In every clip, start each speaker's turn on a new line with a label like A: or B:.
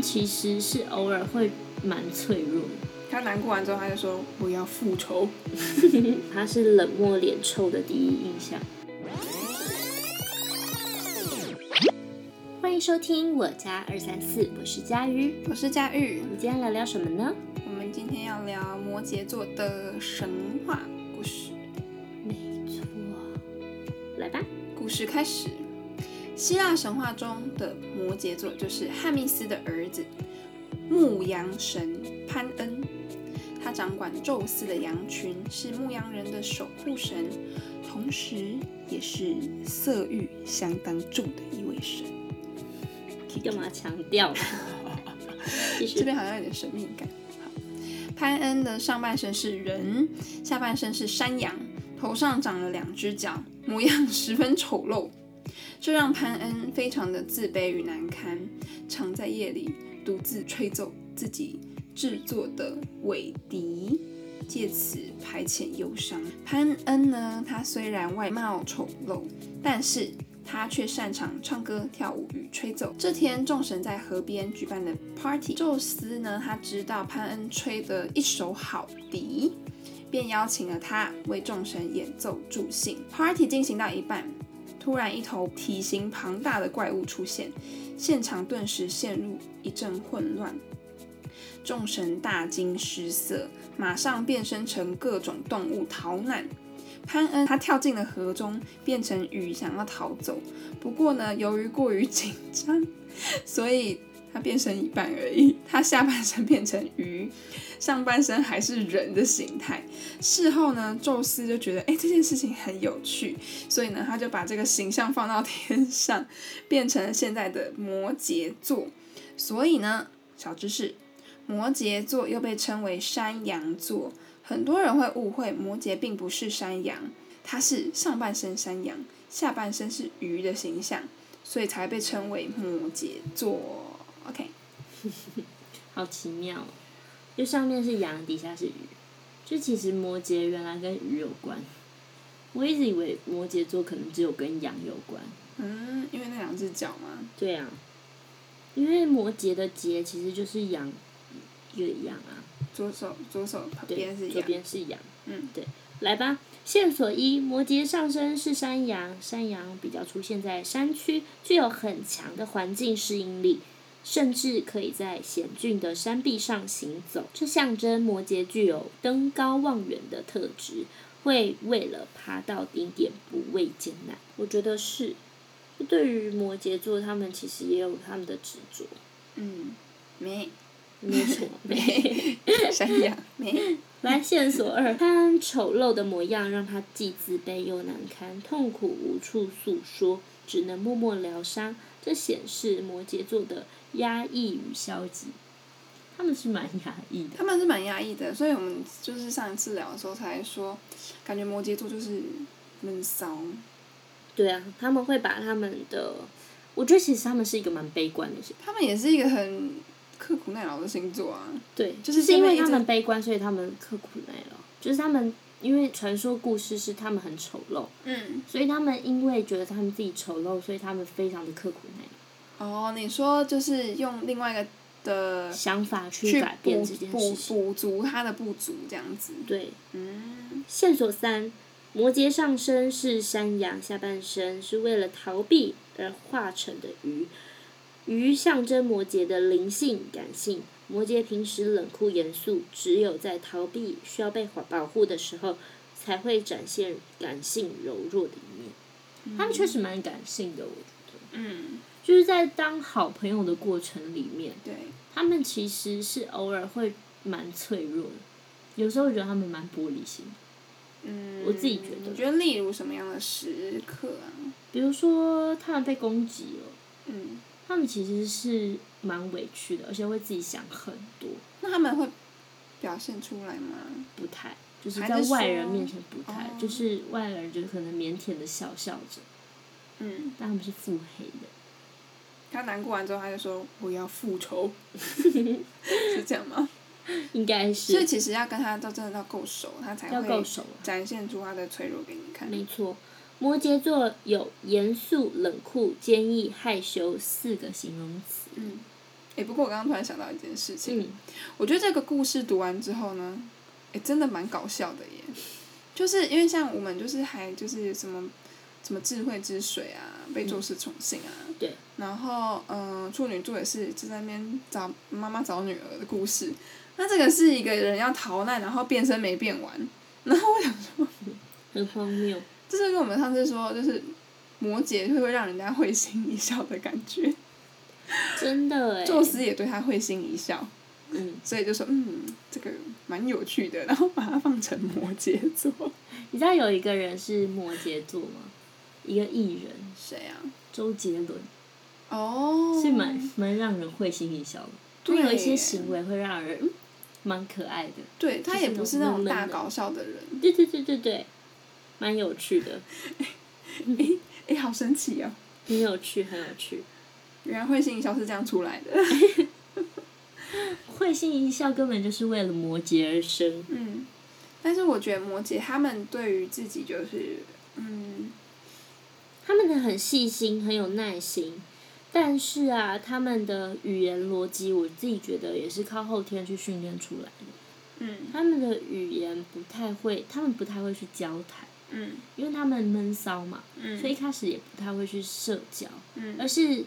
A: 其实是偶尔会蛮脆弱的。
B: 他难过完之后，他就说我要复仇。
A: 他是冷漠脸臭的第一印象。欢迎收听我家二三四，我是佳瑜。
B: 我是佳玉
A: 我，们今天聊聊什么呢？
B: 我们今天要聊摩羯座的神话故事。
A: 没错，来 吧。
B: 故事开始，希腊神话中的摩羯座就是汉密斯的儿子牧羊神潘恩，他掌管宙斯的羊群，是牧羊人的守护神，同时也是色欲相当重的一位神。
A: 干嘛强调？ 继
B: 这
A: 续。
B: 边好像有点神秘感。好潘恩的上半身是人，下半身是山羊，头上长了两只角，模样十分丑陋，这让潘恩非常的自卑与难堪，常在夜里独自吹奏自己制作的尾笛。借此排遣忧伤。潘恩呢，他虽然外貌丑陋，但是他却擅长唱歌、跳舞与吹奏。这天，众神在河边举办了 party。宙斯呢，他知道潘恩吹的一手好笛，便邀请了他为众神演奏助兴。party 进行到一半，突然一头体型庞大的怪物出现，现场顿时陷入一阵混乱。众神大惊失色，马上变身成各种动物逃难。潘恩他跳进了河中，变成鱼想要逃走。不过呢，由于过于紧张，所以他变成一半而已。他下半身变成鱼，上半身还是人的形态。事后呢，宙斯就觉得哎这件事情很有趣，所以呢他就把这个形象放到天上，变成了现在的摩羯座。所以呢，小知识，摩羯座又被称为山羊座，很多人会误会摩羯并不是山羊，它是上半身山羊，下半身是鱼的形象，所以才被称为摩羯座。OK，
A: 好奇妙、哦，就上面是羊，底下是鱼。就其实摩羯原来跟鱼有关，我一直以为摩羯座可能只有跟羊有关。
B: 嗯，因为那两只脚嘛，
A: 对啊，因为摩羯的羯其实就是羊，一个羊啊，
B: 左手左手旁
A: 对
B: 边是，
A: 左
B: 羊，
A: 边是羊。
B: 嗯，
A: 对，来吧。线索一：摩羯上身是山羊，山羊比较出现在山区，具有很强的环境适应力，甚至可以在险峻的山壁上行走。这象征摩羯具有登高望远的特质，会为了爬到顶点不畏艰难。我觉得是，对于摩羯座，他们其实也有他们的执着。
B: 嗯，没
A: 没有什么
B: 没山羊没，
A: 来，线索二，他丑陋的模样让他既自卑又难堪，痛苦无处诉说，只能默默疗伤。这显示摩羯座的压抑与消极，他们是蛮压抑的。
B: 他们是蛮压抑的，所以我们就是上一次聊的时候才说，感觉摩羯座就是闷骚，
A: 对啊，他们会把他们的，我觉得其实他们是一个蛮悲观的人。
B: 他们也是一个很刻苦耐劳的星座啊。
A: 对，
B: 就是
A: 是因为
B: 真的一
A: 他
B: 直
A: 们悲观，所以他们刻苦耐劳。就是他们，因为传说故事是他们很丑陋，
B: 嗯，
A: 所以他们因为觉得他们自己丑陋，所以他们非常的刻苦耐劳。
B: 哦，你说就是用另外一个的
A: 想法去
B: 去
A: 改变
B: 补
A: 这件事
B: 补
A: 情。
B: 补足他的不足，这样子。
A: 对，
B: 嗯，
A: 线索三，摩羯上身是山羊，下半身是为了逃避而化成的鱼。鱼象征摩羯的灵性、感性。摩羯平时冷酷严肃，只有在逃避、需要被保保护的时候，才会展现感性柔弱的一面。他们确实蛮感性的，我觉得，
B: 嗯，
A: 就是在当好朋友的过程里面，
B: 对，
A: 他们其实是偶尔会蛮脆弱的，有时候觉得他们蛮玻璃心。
B: 嗯，
A: 我自己觉得
B: 你觉得例如什么样的时刻啊？
A: 比如说，他们被攻击了，
B: 嗯，
A: 他们其实是蛮委屈的，而且会自己想很多，
B: 那他们会表现出来吗？
A: 不太就是
B: 还
A: 在
B: 是
A: 外
B: 说
A: 人面前不太，
B: 哦
A: 就是外人就可能腼腆的笑笑着，
B: 嗯，
A: 但他们是腹黑的，
B: 他难过完之后，他就说我要 复仇，是这样吗？
A: 应该
B: 所以
A: 是
B: 其实要跟他到真的到够熟，他才
A: 要够
B: 会
A: 熟啊。
B: 展现出他的脆弱给你看。
A: 没错，摩羯座有严肃、冷酷、坚毅、害羞四个形容词。
B: 嗯，诶，不过我刚刚突然想到一件事情，
A: 嗯，
B: 我觉得这个故事读完之后呢，诶，真的蛮搞笑的耶。就是因为像我们就是还就是什么什么智慧之水啊，被宙斯宠幸啊，
A: 对，
B: 然后嗯、呃处女座也是就在那边找妈妈找女儿的故事。那这个是一个人要逃难，然后变身没变完，然后我想说，
A: 很荒谬。
B: 这是跟我们上次说，就是摩羯会会让人家会心一笑的感觉，
A: 真的哎，
B: 宙斯也对他会心一笑。
A: 嗯，
B: 所以就说嗯，这个蛮有趣的，然后把它放成摩羯座。
A: 你知道有一个人是摩羯座吗？一个艺人
B: 谁啊？
A: 周杰伦
B: 哦，
A: 是蛮蛮让人会心一笑的，他
B: 对
A: 有一些行为会让人嗯蛮可爱的。
B: 对他也不是那种
A: 就
B: 大
A: 是那种
B: 搞笑的人，
A: 对对对对对，蛮有趣的，
B: 哎，好神奇哦！
A: 很有趣，很有趣。
B: 原来会心一笑是这样出来的。
A: 会心一笑根本就是为了摩羯而生。
B: 嗯，但是我觉得摩羯他们对于自己就是嗯，
A: 他们的很细心，很有耐心，但是啊，他们的语言逻辑，我自己觉得也是靠后天去训练出来的。
B: 嗯
A: 他们的语言不太会，他们不太会去交谈，
B: 嗯
A: 因为他们闷骚嘛，所以一
B: 嗯
A: 开始也不太会去社交，
B: 嗯，
A: 而是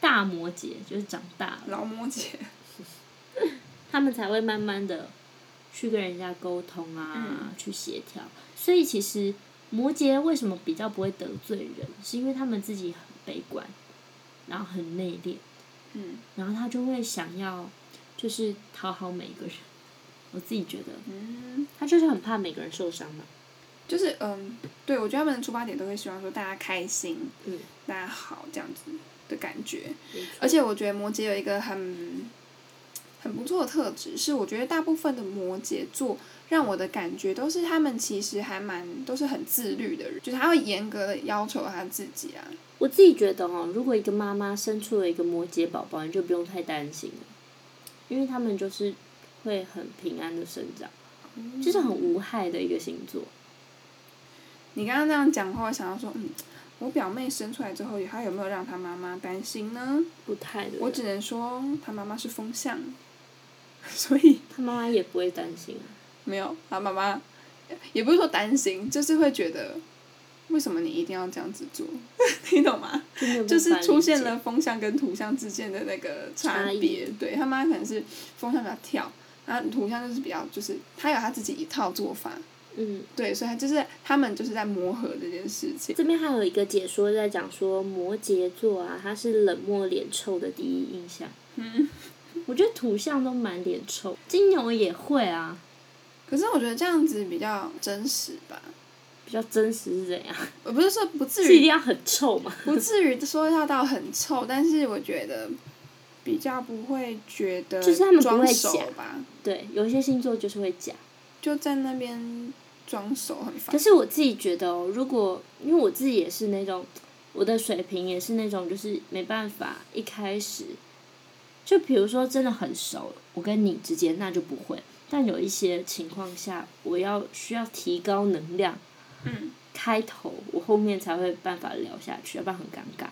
A: 大摩羯就是长大了，
B: 老摩羯，
A: 他们才会慢慢的去跟人家沟通啊，
B: 嗯
A: 去协调。所以其实摩羯为什么比较不会得罪人，是因为他们自己很悲观，然后很内敛。
B: 嗯
A: 然后他就会想要就是讨好每一个人。我自己觉得，
B: 嗯，
A: 他就是很怕每个人受伤嘛。
B: 就是嗯，对我觉得他们的出发点都会希望说大家开心，
A: 嗯，
B: 大家好这样子的感觉。
A: 没错
B: 而且我觉得摩羯有一个很很不错的特质，是我觉得大部分的摩羯座让我的感觉都是他们其实还蛮都是很自律的人，就是他会严格的要求他自己啊。
A: 我自己觉得哦，如果一个妈妈生出了一个摩羯宝宝，你就不用太担心了，因为他们就是会很平安的生长，
B: 嗯
A: 就是很无害的一个星座。
B: 你刚刚那样讲话，我想到说，嗯，我表妹生出来之后，她有没有让她妈妈担心呢？
A: 不太的，
B: 我只能说她妈妈是风象，所以
A: 他妈妈也不会担心啊。
B: 没有她妈妈，也不是说担心，就是会觉得为什么你一定要这样子做， 你懂吗？
A: 真的没有
B: 啊就是
A: 办法
B: 出
A: 理
B: 现
A: 解
B: 了风象跟土象之间的那个
A: 差
B: 差
A: 异
B: 别。对他妈可能是风象比较跳，然后土象就是比较就是他有他自己一套做法。
A: 嗯，
B: 对，所以他就是他们就是在磨合这件事情。
A: 这边还有一个解说在讲说摩羯座啊，他是冷漠脸臭的第一印象。
B: 嗯，
A: 我觉得土象都蛮脸臭，金牛也会啊，
B: 可是我觉得这样子比较真实吧。
A: 比较真实是怎样？
B: 我不是说不至
A: 是一定
B: 于，
A: 要很臭嘛？
B: 不至于说要到很臭，但是我觉得比较不会觉得
A: 就是他们不会
B: 装熟
A: 假
B: 吧，
A: 对，有一些星座就是会假。
B: 就在那边装熟很烦
A: 可。是我自己觉得哦，如果因为我自己也是那种，我的水平也是那种，就是没办法一开始，就比如说真的很熟，我跟你之间那就不会。但有一些情况下，我要需要提高能量，
B: 嗯，
A: 开头我后面才会办法聊下去，要不然很尴尬。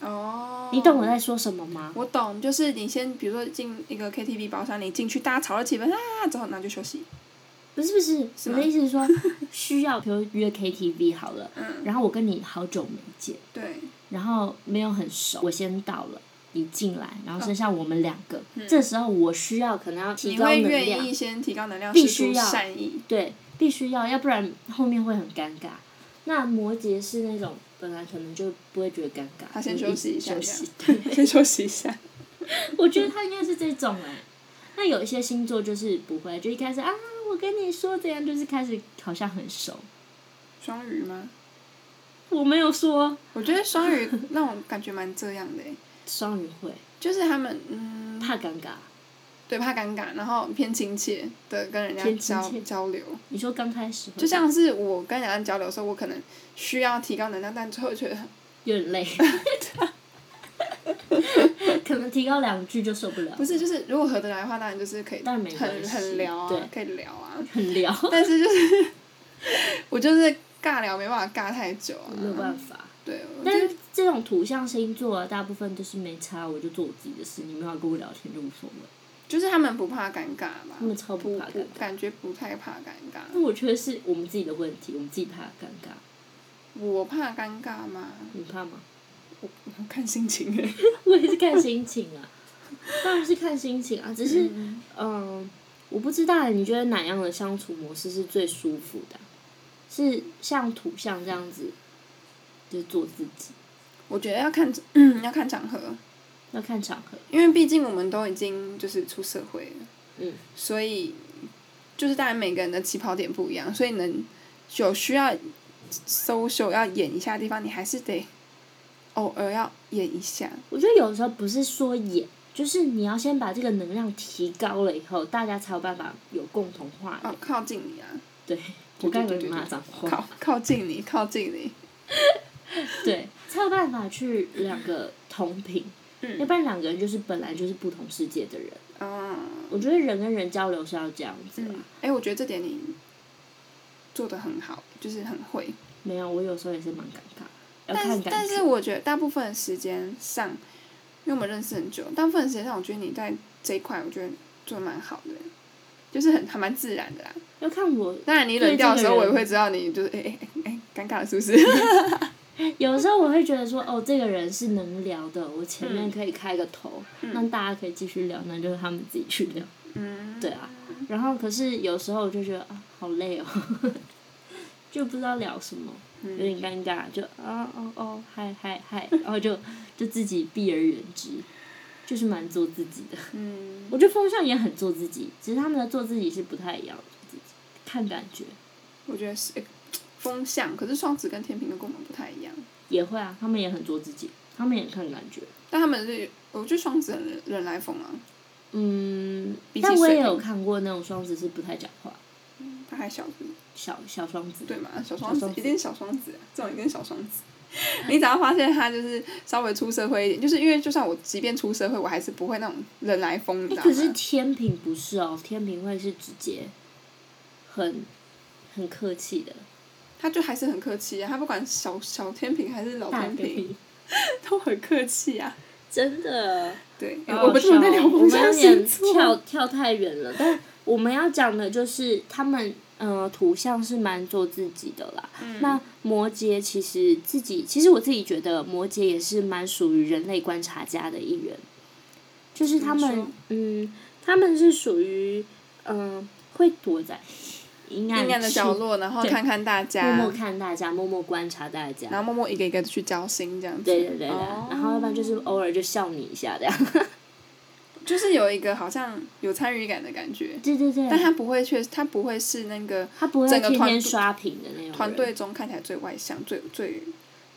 B: 哦，
A: 你懂我在说什么吗？
B: 我懂，就是你先比如说进一个 KTV 包厢，你进去大家吵得起氛啊，之后那就休息。
A: 不是不是，
B: 是
A: 我
B: 吗
A: 的意思是说，需要比如约 KTV 好
B: 嗯
A: 了，然后我跟你好久没见，
B: 对，
A: 然后没有很熟，我先到了，你进来，然后剩下我们两个，这时候我需要可能要提
B: 嗯你
A: 高
B: 会
A: 能
B: 愿意
A: 量，
B: 先提高能量，
A: 必
B: 施
A: 须
B: 出
A: 要
B: 善意。
A: 对，必须要，要不然后面会很尴尬。那摩羯是那种本来可能就不会觉得尴尬，
B: 他先
A: 就是
B: 休息一
A: 休
B: 下这样
A: 息。
B: 先休息一下。
A: 我觉得他应该是这种哎、那有一些星座就是不会，就一开始啊，我跟你说怎样，就是开始好像很熟。
B: 双鱼吗？
A: 我没有说
B: 我觉得双鱼让我感觉蛮这样的欸，
A: 双鱼会
B: 就是他们嗯，
A: 怕尴尬。
B: 对怕尴尬，然后偏亲切的跟人
A: 偏
B: 家
A: 亲
B: 交
A: 切
B: 交流。
A: 你说刚开始会
B: 就像是我跟人家交流的时候，我可能需要提高能量，但最后觉得
A: 有点 累，可能提高两句就受不了，
B: 不是，就是如果合得来的话，当然就是可以
A: 当然没关
B: 很
A: 系
B: 很聊
A: 对
B: 啊，可以聊啊。
A: 很聊，
B: 但是就是我就是尬聊没办法尬太久啊，
A: 没有办法。
B: 对，我觉
A: 但
B: 得
A: 是这种土象星座啊，大部分就是没差，我就做我自己的事，你们要跟我聊天就无所谓。
B: 就是他们不怕尴尬吧？
A: 他们超不
B: 不
A: 怕尴尬
B: 感觉不太怕尴尬。
A: 那我觉得是我们自己的问题，我们自己怕尴尬，
B: 我怕尴尬吗？
A: 你怕
B: 嗯
A: 吗？
B: 我我看心情哎。
A: 我也是看心情啊， 当然是看心情啊，只是嗯、我不知道你觉得哪样的相处模式是最舒服的啊？是像土象这样子，就是做自己，
B: 我觉得要看， 要看场合，
A: 要看场合。
B: 因为毕竟我们都已经就是出社会了，
A: 嗯，
B: 所以就是当然每个人的起跑点不一样，所以能有需要 social 要演一下的地方，你还是得偶尔要演一下。
A: 我觉得有时候不是说演，就是你要先把这个能量提高了以后，大家才有办法有共同话题。
B: 哦，靠近你啊！
A: 对，我刚才骂脏话，
B: 靠靠近你，靠近你。
A: 对，才有办法去两个同频。
B: 嗯
A: 要不然两个人就是本来就是不同世界的人。
B: 啊，
A: 我觉得人跟人交流是要这样子啦。
B: 嗯，哎、我觉得这点你做的很好，就是很会。
A: 没有，我有时候也是蛮尴尬，要
B: 但
A: 呃看
B: 是
A: 感
B: 但
A: 觉。
B: 是我觉得大部分的时间上，因为我们认识很久，大部分的时间上，我觉得你在这一块，我觉得做的蛮好的，就是很还蛮自然的啦。
A: 要看我，
B: 当然你冷掉的时候，
A: 对
B: 我
A: 这个人
B: 也会知道你就是哎哎哎哎尴尬了是不是？
A: 有时候我会觉得说，哦，这个人是能聊的，我前面
B: 嗯
A: 可以开个头，那大家可以继续聊，那就是他们自己去聊。
B: 嗯，
A: 对啊，然后可是有时候我就觉得啊，好累哦， 就不知道聊什么，有点尴尬，就啊哦哦，嗨嗨嗨，然后就就自己避而远之，就是蛮做自己的。
B: 嗯，
A: 我觉得风象也很做自己，只是他们的做自己是不太一样的做自己，看感觉
B: 我觉得是、哎风向，可是双子跟天平都跟我们不太一样，
A: 也会啊，他们也很做自己，他们也看感觉。
B: 但他们是我觉得双子人人来疯啊，
A: 嗯
B: 比，起
A: 但我也
B: 水
A: 有
B: 瓶
A: 看过那种双子是不太讲话，
B: 他还小是不是
A: 小小双子，
B: 对嘛？小双
A: 小
B: 子
A: 双子嗯
B: 一定是小双子、啊，这种一定是小双子。你只要发现他就是稍微出社会一点，就是因为就算我即便出社会，我还是不会那种人来疯，你知
A: 欸
B: 道
A: 可是
B: 吗？
A: 天平不是哦，天平会是直接很很客气的
B: 他就还是很客气啊，他不管小小天平还是老
A: 大
B: 天平，
A: 哦平，
B: 都很客气啊。
A: 真的。
B: 对，
A: 好
B: 我们
A: 笑
B: 怎么在聊
A: 哦我
B: 风
A: 们有
B: 象
A: 点
B: 星座？
A: 跳跳太远了，但我们要讲的就是他们。呃，图像是蛮做自己的啦。那摩羯其实自己，其实我自己觉得摩羯也是蛮属于人类观察家的一员，就是他
B: 怎么
A: 们
B: 说，
A: 嗯，他们是属于，嗯、会躲在阴
B: 阴暗的角
A: 处
B: 落，然后
A: 对
B: 看看大家，
A: 默默看大家，默默观察大家。
B: 啊然后默默一个一个去交心这样子。
A: 对对对对，
B: 哦
A: 然后要不然就是偶尔就笑你一下这样。
B: 就是有一个好像有参与感的感觉，
A: 对对对，
B: 但他不会确，他不会是那个
A: 他不会
B: 整个
A: 天
B: 团
A: 天
B: 队
A: 刷屏的那种
B: 团
A: 人，
B: 队中看起来最外向、最最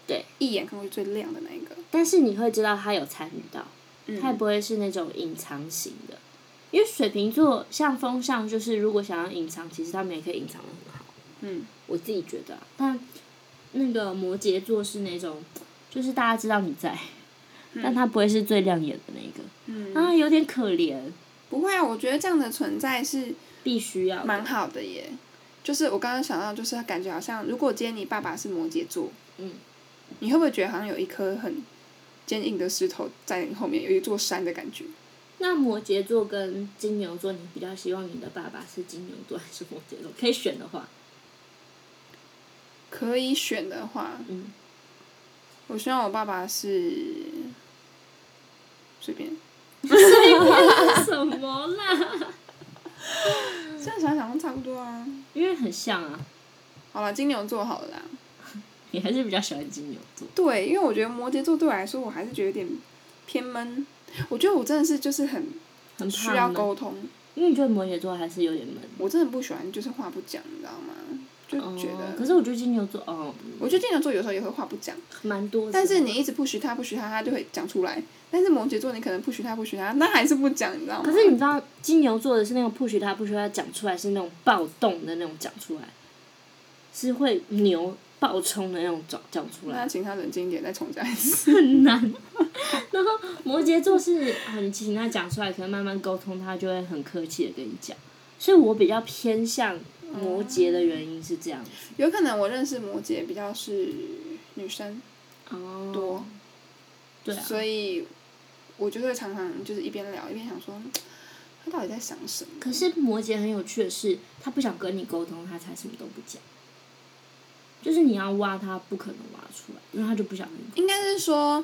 A: 对，
B: 一眼看过去最亮的那一个。
A: 但是你会知道他有参与到，他也
B: 嗯，
A: 不会是那种隐藏型的。因为水瓶座像风象，就是如果想要隐藏，其实他们也可以隐藏的很好。
B: 嗯，
A: 我自己觉得、啊，但那个摩羯座是那种，就是大家知道你在，但他不会是最亮眼的那个。
B: 嗯
A: 啊，有点可怜，
B: 不会啊，我觉得这样的存在是
A: 必须要的
B: 蛮好的耶。就是我刚刚想到，就是感觉好像，如果今天你爸爸是摩羯座，
A: 嗯，
B: 你会不会觉得好像有一颗很坚硬的石头在你后面，有一座山的感觉？
A: 那摩羯座跟金牛座，你比较希望你的爸爸是金牛座还是摩羯座？可以选的 话，
B: 可以选的话，
A: 嗯，
B: 我希望我爸爸是随便。
A: 什么啦？嗯
B: 这样想想都差不多啊。
A: 因为很像啊，
B: 好了，金牛座好了啦。
A: 你还是比较喜欢金牛座。
B: 对，因为我觉得摩羯座对我来说，我还是觉得有点偏闷。我觉得我真的是就是很
A: 很
B: 需
A: 怕
B: 要沟
A: 呢，
B: 通，
A: 因为你觉得摩羯座还是有点闷，
B: 我真的不喜欢就是话不讲，你知道吗？就觉
A: 哦
B: 得，
A: 可是我觉得金牛座哦，
B: 我觉得金牛座有时候也会话不讲，
A: 蛮多的。
B: 但是你一直不许他不许他，他就会讲出来。但是摩羯座你可能不许他不许他，那还是不讲，你知道吗？
A: 可是你知道金牛座的是那种不许他不许他讲出来，是那种暴动的那种讲出来，是会牛爆冲的那种讲讲出来
B: 那。请他冷静一点，再重讲一次。
A: 很难。然后摩羯座是啊，你请他讲出来，可能慢慢沟通，他就会很客气的跟你讲。所以我比较偏向摩羯的原因是这样子。
B: 有可能我认识摩羯比较是女生，
A: 哦，
B: 多，
A: 对啊，
B: 所以我就会常常就是一边聊一边想说，嗯他到底在想什么？
A: 可是摩羯很有趣的是，他不想跟你沟通，他才什么都不讲。就是你要挖他，不可能挖出来，因为他就不想跟你。
B: 应该是说，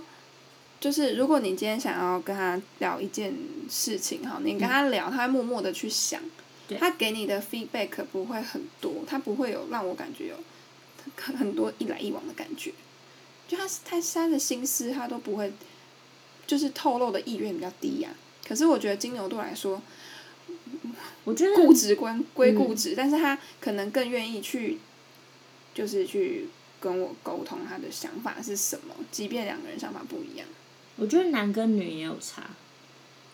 B: 就是如果你今天想要跟他聊一件事情，哈，你跟他聊，他会默默的去想
A: 对，
B: 他给你的 feedback 不会很多，他不会有让我感觉有很很多一来一往的感觉，就他他他的心思他都不会，就是透露的意愿比较低呀、可是我觉得金牛座来说，
A: 我觉得
B: 固执归归固执，但是他可能更愿意去，就是去跟我沟通他的想法是什么，即便两个人想法不一样。
A: 我觉得男跟女也有差，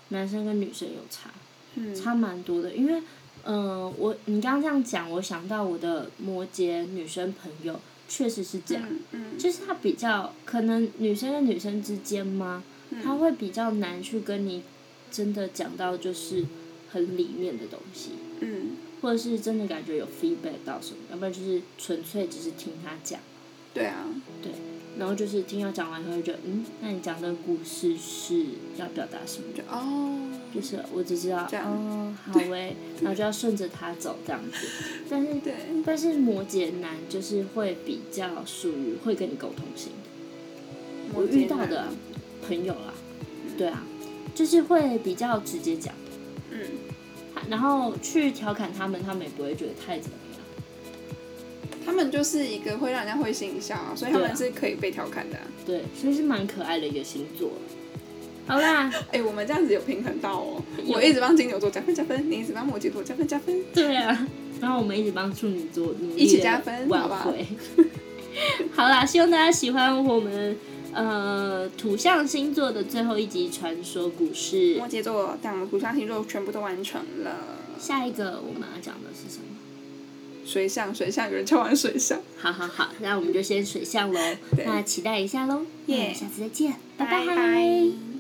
A: 男生跟女生有差，
B: 嗯
A: 差蛮多的。因为，嗯、我你刚刚这样讲，我想到我的摩羯女生朋友确实是这样，
B: 嗯嗯，
A: 就是她比较可能女生跟女生之间吗，
B: 嗯
A: 她会比较难去跟你真的讲到就是很里面的东西，
B: 嗯，
A: 或者是真的感觉有 feedback 到什么，要不然就是纯粹只是听她讲。
B: 对啊，
A: 然后就是听她讲完以后，就觉得嗯，那你讲这个故事是要表达什么？
B: 就哦，
A: 就是我只知道
B: 这样
A: 哦，好 诶，然后就要顺着他走这样子。但是
B: 对，
A: 但是摩羯男就是会比较属于会跟你沟通型的，我遇到的朋友啦，对啊，就是会比较直接讲，
B: 嗯，
A: 他然后去调侃他们，他们也不会觉得太怎么样。
B: 他们就是一个会让人家会心一笑啊，所以他
A: 对啊
B: 们是可以被调侃的啊。
A: 对，所以是蛮可爱的一个星座。好 啦，
B: 哎，我们这样子有平衡到哦，
A: 啊有
B: 我一直帮金牛座加分加分，你一直帮摩羯座加分加分。
A: 对啊，然后我们一直帮处女座努力地
B: 一起加分
A: 挽
B: 好不好
A: 回。 好啦，希望大家喜欢我们呃土象星座的最后一集传说故事
B: 摩。羯座，但我们土象星座全部都完成了。
A: 下一个我们要讲的是什么？
B: 水象，水象，有人敲完水象。
A: 好好好，那我们就先水象喽
B: 对。
A: 那期待一下喽，那我们
B: 耶
A: 下次再见，拜
B: 拜拜。